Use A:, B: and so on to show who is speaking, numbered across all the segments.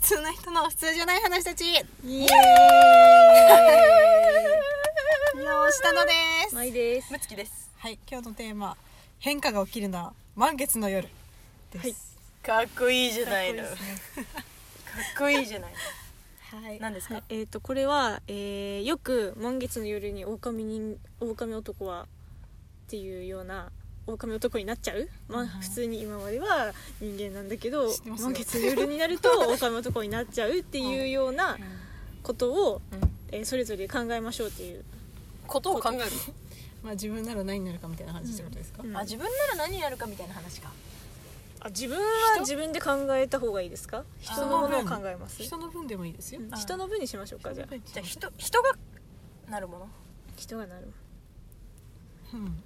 A: 通な人の普通じゃない話たち利
B: イエーイ
A: 用したのです
B: まいです
C: むつきです
A: はい今日のテーマ変化が起きるな満月の夜です、
B: はい
C: かっこいいじゃないの
A: かっ
C: か
A: こ
C: っ
A: ですね
C: こいいじゃない
A: はい
C: の何ですか、
B: はい、えー、とこれは、えー、よく満月の夜に狼人狼男はっていうような狼男になっちゃう、ま
A: う
B: あ、
A: ん
B: 普通に今までは人間なんだけど
A: 知ってますよ
B: 満月の夜になると狼男になっちゃうっていうようなことを、
C: うん
B: えーそれぞれ考えましょうっていう、
C: ことを考える、
A: まあ自分なら何になるかみたいな話ってことですか、
B: うん
C: あ自分なら何になるかみたいな話か
B: あ自分は自分で考えた方がいいですか人のものを考えます
A: 人の分でもいいですよ、
B: うん人の分にしましょうかじゃあ
C: じゃあ人人がなるもの
B: 人がなる
A: うん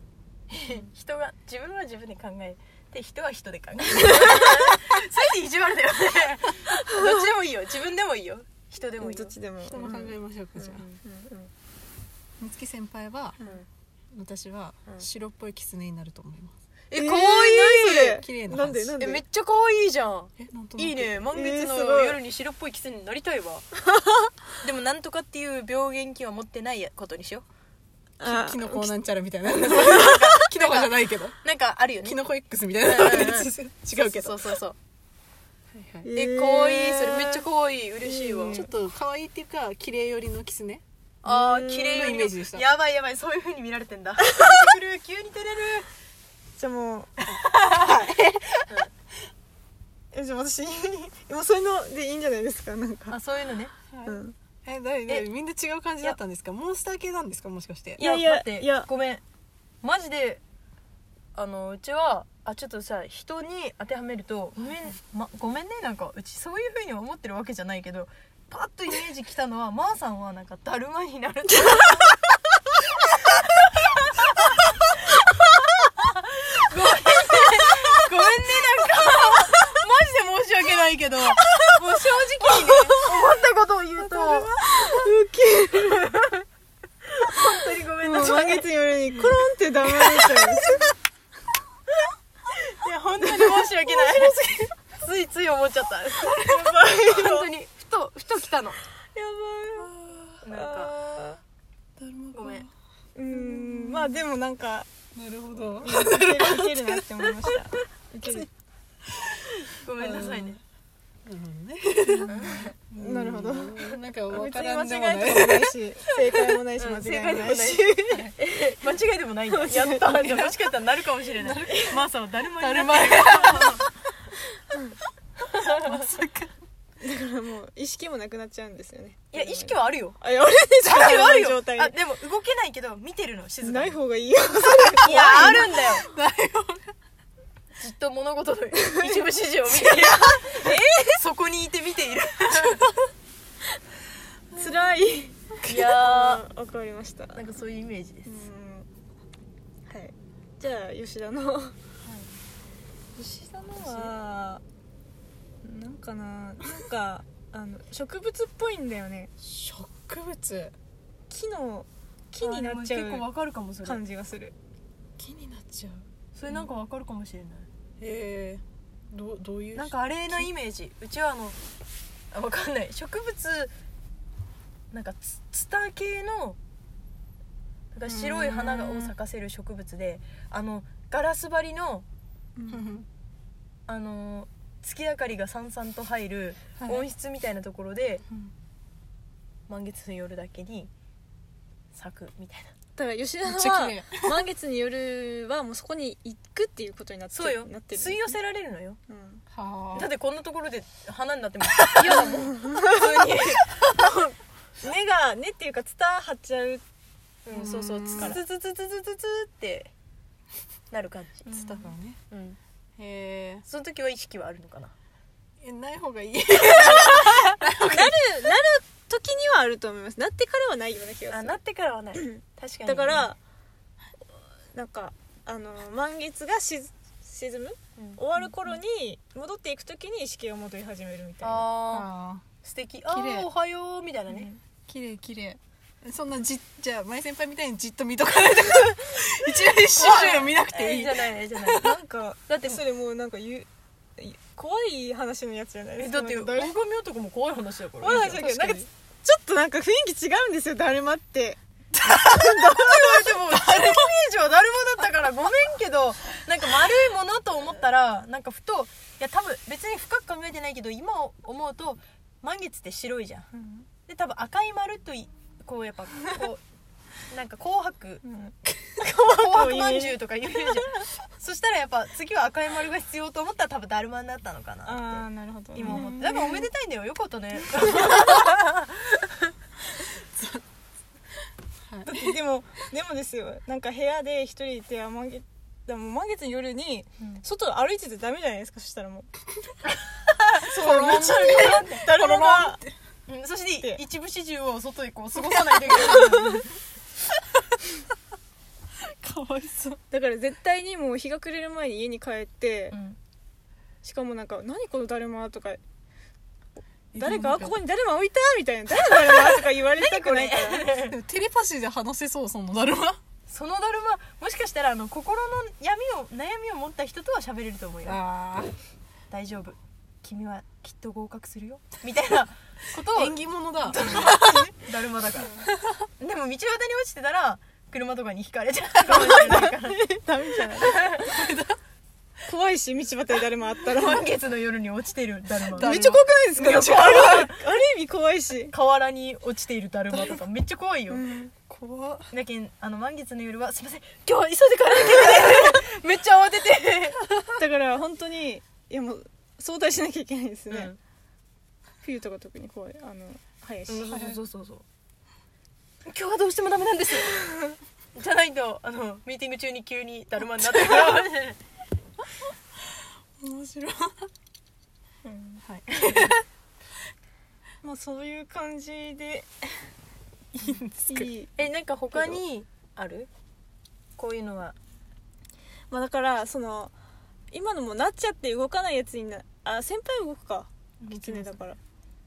C: 人が自分は自分で考えて人は人で考える それで意地悪だよねどっちでもいいよ自分でもいいよ人でもいい
B: ど
C: よ
B: っちでも
A: 人も考えましょうかじゃあ
C: う
B: うんうん
A: 美月先輩は
B: うん
A: 私は
C: うん
A: 白っぽい狐になると思います
C: え
B: え
C: 可
B: ー
C: 愛いそれ
A: 綺麗な
B: なんで
A: 話
B: なん
C: えめっ
B: で
C: ちゃ可愛いじゃん
A: えなんとなく
C: いいね満月の
B: えーすごい
C: 夜に白っぽいキスになり たいわでもなんとかっていう病原菌は持ってないことにしよ
B: あ
A: キノコなんちゃらみたいな キノコじゃないけど
C: うなんかあるよね
A: キノコ X みたいな
C: うんうんうん
A: やつ違うけど
C: そうそうそう
A: はいはい
C: え可愛いそれめっちゃ可愛い嬉しいわ
B: いいね
A: ちょっと可愛いっていうか綺麗寄りの狐
C: あー綺麗よ
A: のイメージでした
C: やばいやばいそういう風に見られてん だ照れる急に照れる
B: じゃあもうえじゃあ私 もうそういうのでいいんじゃないですかなんか
C: あそういうのね
B: うん
A: え誰
C: え
A: 誰みんな違う感じだったんですかモンスター系なんですかもしかして
B: いやいや
C: 待って
B: いや
C: ごめんマジであのうちはあちょっとさ人に当てはめるとごめん、ま、ごめんねなんかうちそういう風に思ってるわけじゃないけどパッとイメージきたのはまーさんはなんかだるまになるってごめんねごめんねなんかマジで申し訳ないけどもう正直にね 思ったことを言うと本
B: ウケる
C: 当にごめん
B: も
C: な
B: う
C: さ
B: 満
C: い
B: 月の夜にコロンって黙られちゃう
C: いや本当に申し訳ないついつい思っちゃった本当にふとふと来たの
B: やばい
C: なんか
A: だるま
C: ごめん
B: うーんまあでもなんか
A: なるほど
B: いけるいけるなって思いましたいける
C: ごめんなさいね
B: なるほど
A: うんなんか分
B: 別
A: か
B: に
A: ら
B: 間
A: んでもな
B: 違え
A: い
B: てもないし正解もないし
C: うん
B: 間違いもないし
C: 正間違いでもないんだや
B: 間違
C: っ
B: いでもな
C: た
B: い
C: じゃあもしかしたらなるかもしれないマーさんは誰もい
A: だ
C: な
A: る
C: い
A: ま
B: だから もう意識もなくなっちゃうんですよね
C: いや意識はあるよ
B: あいや俺にしか
C: あるよあ
B: な
C: る
B: い
C: よ
B: 状態
C: あでも動けないけど見てるの静か
B: な
C: に
B: い方がいいよ
C: いやあるんだよじっと物事の一部始終を見ているえーそこにいて見ている
B: 辛い
C: いや
B: あ わかりました
C: なんかそういうイメージで
B: う
C: す
B: んはいじゃあ吉田の吉田のはなんかななんかあの植物っぽいんだよね
A: 植物
B: 木の木になっちゃ
C: あでも結構
B: う
C: わかるかもそれ
B: 感じがする
A: 木になっちゃう
C: それなんかわかるかもしれない
A: えー、どうどういう
C: なんかあれのイメージうちはあのあわかんない植物なんかツツタ系のなんか白い花がを咲かせる植物であのガラス張りの
A: うん
C: あの月明かりがさんさんと入る
A: はい
C: 温室みたいなところで
A: うん
C: 満月の夜だけに咲くみたいな
B: だから吉田
A: めっちゃ綺
B: の
A: 麗
B: は満月によるはもうそこに行くっていうことになって
C: そうよ
B: なってる
C: 吸い寄せられるのよ
B: うん
A: は
C: だ
A: あ
C: ってこんなところで花になっても嫌だもん普通に
B: 根が根っていうかツタ張っちゃう
C: うん、そうそう、
A: うん
C: つつつつつつつつって。なる感じ。
A: ツタからね
C: うん、
A: へ
C: その時は意識はあるのかな。
A: ーえない方がいい
B: なる時にはあると思いますなってからはないような気がす
C: あ、
B: る
C: なってからは ない。確かに。
B: だから、なんかあの満月がしず沈む
C: うん、
B: 終わる頃に戻っていく時に意識が戻り始めるみたいな
C: ああ、
A: ああ
C: 素敵。あ
A: 綺麗
C: あ、おはようみたいなね。
A: 綺麗綺麗そんなじじゃあ前先輩みたいにじっと見とか ないと一応一生懸命見なくて
C: え
A: い
C: ー
A: い
C: じゃない、じゃない。
B: なんか
C: だって
B: それもうなんか言うい怖い話のやつじゃないで
C: え
B: す
C: だ
B: か
C: って
B: な
C: 狼
B: んかだる
C: 男も怖い話だから
B: 怖い話だけどなんか
C: で
B: ちょっとなんか雰囲気違うんですよだるまって
C: も誰もイメージは誰もだったからごめんけどなんか丸いものと思ったらなんかふといや多分別に深く考えてないけど今思うと満月って白いじゃんで多分赤い丸といこうやっぱこ うなんか紅白紅白まんじゅうとか言うじゃんそしたらやっぱ次は赤い丸が必要と思ったら多分だるまになったのかな
B: ああなるほどね
C: 今思ってだからおめでたいんだよよかったね
B: だってでもでもですよなんか部屋で一人いてあ満月でも満月の夜に
C: うん
B: 外歩いててダメじゃないですかそしたらもう そう
C: コロン
B: 道にね誰もが
C: うんそし
B: で
C: て一部始終を外でこう過ごさないといけない
A: かわいそう
B: だから絶対にもう日が暮れる前に家に帰って
C: うん
B: しかもなんか「何このだるま」とか「
A: 誰
B: 誰
A: か
B: か
A: あ
B: あ
A: こ
B: こ
A: こ
B: こにだるま置いた」みたいな「誰のだるま」とか言われたく ないから
A: にでもテレパシーで話せそうそのだるま
C: そのだるまもしかしたらあの心の闇を悩みを持った人とは喋れると思うよ
A: あ
C: 大丈夫君はきっと合格するよみたいなことを
A: 縁起物だ
C: だるまだから でも道端に落ちてたら車とかにひか れちゃうかもしれないから
B: ダメじゃない怖いし道端で誰もあったら
C: 満月の夜に落ちてるだるま
A: だ
B: めっちゃ怖くないですか
C: いや怖
B: ある ある意味怖いし
C: 河原に落ちているだるまと かめっちゃ怖いよ、
A: 怖っ
C: だけんあの満月の夜はすいません今日は急いで帰らなきゃいけない めっちゃ慌てて、
B: だから本当にいやもう相対しなきゃいけないですね、冬とか特に怖いあの早いし、
C: うんそうそうそうそう今日はどうしてもダメなんですじゃないとあのミーティング中に急にだるまになってるから
A: 面白い
B: うん
A: はい
B: まあそういう感じでいいんです
C: えなんか他にあるこういうのは
B: まあだからその今のもなっちゃって動かないやつになあ先輩は動くか狐だから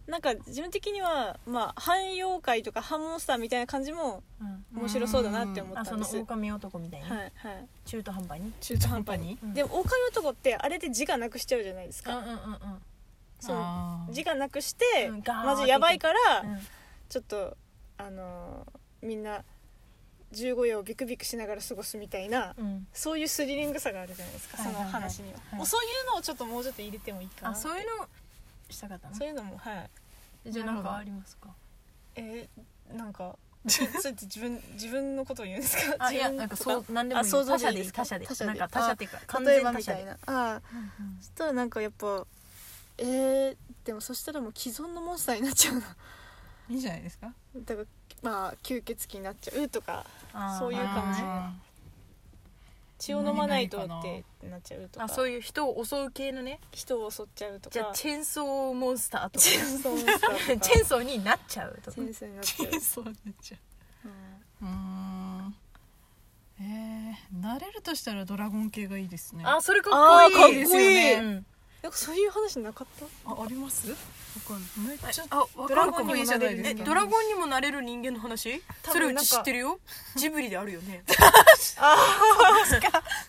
B: なんか自分的にはまあ汎用界とか汎モンスターみたいな感じも
C: うん
B: 面白そうだなって思っ
C: あ
B: た
C: そ
B: んで
C: の
B: すはい
C: 狼男みたいに、
B: はい
C: 中途半端に
A: 中途半端に
C: うん
B: でも狼男ってあれで字がなくしちゃうじゃないです
C: うんう
B: か
C: んうんうん
B: そう
A: あー
B: 字がなくして
C: うんガーッ
B: まずやばいから
C: うん
B: ちょっとあのーみんな15夜をビクビクしながら過ごすみたいな
C: うん
B: そういうスリリングさがあるじゃないですか
C: はい
B: その
C: はいはい
B: 話には
C: はい
B: もうそういうのをちょっともうちょっと入れてもいいかな
C: あ
B: って
C: そういうのしたかったの
B: そういうのもはい
C: じゃあ
A: な
C: な
A: る
C: ん
A: ほど
C: かありますか
B: えーなんか そうやって自分自分のことを言うんですか
C: あいや
B: 自分
C: なんかそう何でも
B: あ
C: いい
B: 想像
C: 他
B: でい
C: 者
B: い
C: でい
B: で
C: い
B: すか
C: 他者で
B: 他者で
C: なんか他者っていうか完
B: 例
C: 全
B: えば
C: 他
B: み
C: 者
B: たい
C: で
B: なああそしたらなんかやっぱえー、でもそしたらもう既存のモ ンスターになっちゃうな
A: いいんじゃないですか
B: だからまあ吸血鬼になっちゃうとか
C: あー
B: そういう感じ
A: あ
B: 血を飲まないとっ
A: 何々かな
B: てなっちゃうとか
C: あそういう人を襲う系のね
B: 人を襲っちゃうとか
C: じゃあチェーンソーモンスターとか
B: チェーンソーモンスターとか
C: チェーンソーになっちゃうとか
B: チェーンソーになっち
A: ー
B: ゃう
A: チンソーになっちゃううーんえー、慣れるとしたらドラゴン系がいいですね
C: あそれかっこいい
B: あーかっ
A: こいい
C: ですよね
B: なんかそういう話なかった
A: あありますめっちゃ
C: あわ
A: ド
C: か
A: ラ
C: る
A: ゴ
C: か
A: ン
C: も
A: にもなれる
C: え
A: 人
C: ドラゴンにもなれる人間の話
B: 多
C: それ
B: 分
C: う
B: なんか
C: ち知ってるよジブリであるよね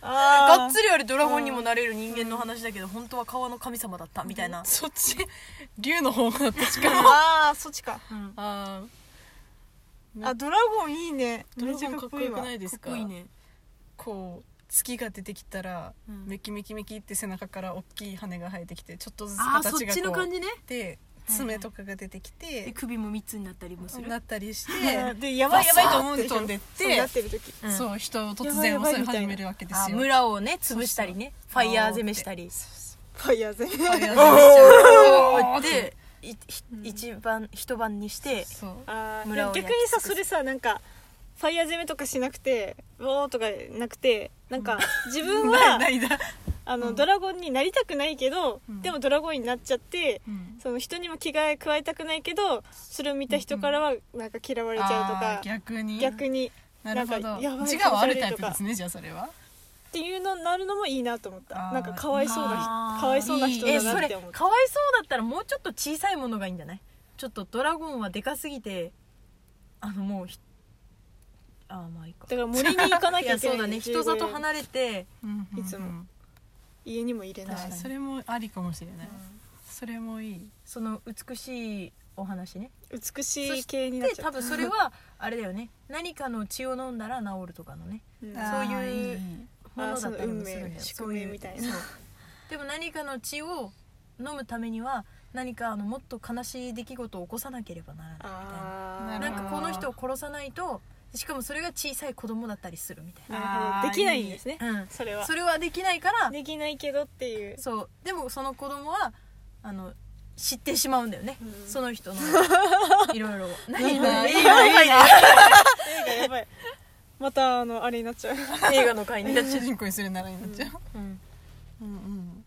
B: あ
C: がっつりあれドラゴンにもなれる人間の話だけど本当は川の神様だったみたいな
A: そっち竜の方が確か
B: あーそっちか
C: うん
A: あ
B: あドラゴンいいね
A: ドラゴンかっこよくな
B: めっちゃ
A: いですか
C: かっこいいね
A: こう月が出てきたら、
C: うん
A: メキメキメキって背中から大きい羽が生えてきてちょっとずつ
C: あーそ
A: 形
C: っちの
A: がこ
C: 感
A: う
C: じね
A: で
C: はい
A: 爪とかが出てきて、
C: え首も3つになったりもする
A: なったりして、
B: かっこいいわでやばいやばいと思うんでしょ
A: バサーって飛んでって
B: そうなってる時
C: うん
A: そう人を突然襲い始めるわけで
C: あ
A: すよ
C: 村をね潰したりねファイヤー攻めしたり
B: ファイヤーゼ
A: あ や
B: ン
A: ばい
C: でいひ一晩一晩にして
A: そう
B: あー
C: 村を
B: 逆
C: 焼き尽
B: に
C: くす
B: さそれさなんかファイヤー攻めとかしなくてウォーとかなくてなんか自分 は
A: ないだ、
B: あのドラゴンになりたくないけど
A: うん
B: でもドラゴンになっちゃって
A: うん
B: その人にも着替え加えたくないけどそれを見た人からはなんか嫌われちゃうと
A: あー
B: か
A: 逆に
B: 逆に
A: なるほど
B: なんかやばい
A: 自我はあるタイプですねじゃあそれは
B: っていうのになるのもいいなと思った
A: あー
B: なんかかわいそうな人
C: あー
B: かわいそうな人
C: え
B: だ
C: そ
B: なっ
C: れ
B: て
C: か
B: 思っ
C: わい
B: た
C: そうだったらもうちょっと小さいものがいいんじゃないちょっとドラゴンはでかすぎてあのもうひあーまあいいか
B: だから森に行かなきゃいけない
C: やそうだね人里
B: れ
C: 離れて
A: うんうんうん
B: いつも家にも入れない
A: 確かに
C: 確かに
A: それもありかもしれない、それもいい
C: その美しいお話ね
B: うん美しい系になっ
C: で
B: ちゃ
C: 多
B: う
C: 分それはあれだよね何かの血を飲んだら治るとかのね
B: うん
C: あそういう
A: あー
C: ものだったりも
B: あー
C: す
B: その
C: る
B: 運
C: んだ
B: 命
C: よ
B: 宿命みたいな
C: そうでも何かの血を飲むためには何かあのもっと悲しい出来事を起こさなければならないみたいな
B: あー
A: ー
C: なんかこの人を殺さないとしかもそれが小さい子供だったりするみたい
B: なる
A: あ
B: ほど
A: ー
B: できないんですね
C: な、うん、
B: それは
C: それはできないから
B: できないけどっていう
C: そうでもその子供はあの知ってしまうんだよね、
B: うん
C: そ の人のいろいろを
A: い
C: 何
A: いな
C: 何
A: いいないいな
B: 映画やばいまたあのあれになっちゃう、
C: 映画の回に、
A: 主人公にするならになっちゃう、
C: うん、
A: うんうん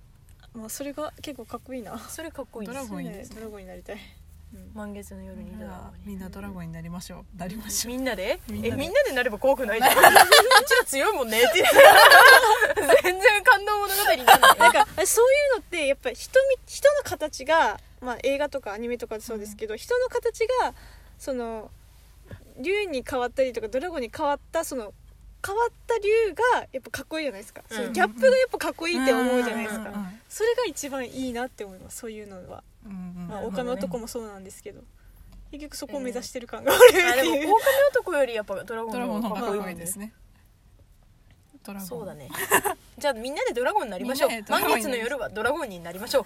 B: まあ、それが結構かっこいいな
C: それかっこいいで
A: ドラ
C: す
A: ゴンいいです
B: ドラゴンになりたい、うん
C: 満月の夜にドラゴンに
A: みんなドラゴンになりましょうなりましょう
C: みんなで
A: みんなで
C: えみんなでなれば怖くないじゃんうちら強いもんねって全然感動物語にならない
B: なんかあそういうのってやっぱ人み人の形が、まあ、映画とかアニメとかそうですけど、人の形がその竜に変わったりとかドラゴンに変わったその変わった竜がやっぱかっこいいじゃないですか、
C: うん
B: そのギャップがやっぱかっこいいって思うじゃないですか、
C: うん
B: それが一番いいなって思いますそういうのは、
A: うんうん
B: まあ、
C: なる
B: お
C: ほどね
B: 金男もそうなんですけど結局そこを目指してる感があるって
C: あでも
B: いう、
C: 狼男よりやっぱドラゴ
A: ドラゴン
C: ン
A: の方
C: の方
A: がか
C: がか
A: っ
C: っ
A: こ
C: こ
A: い
C: い
A: い
C: い
A: で
C: ですす
A: ねドラゴン
C: そうだねじゃあみんなでドラゴンになりましょう
A: みんなでドラゴン
C: 満
A: に
C: 月の夜はドラゴンになりましょう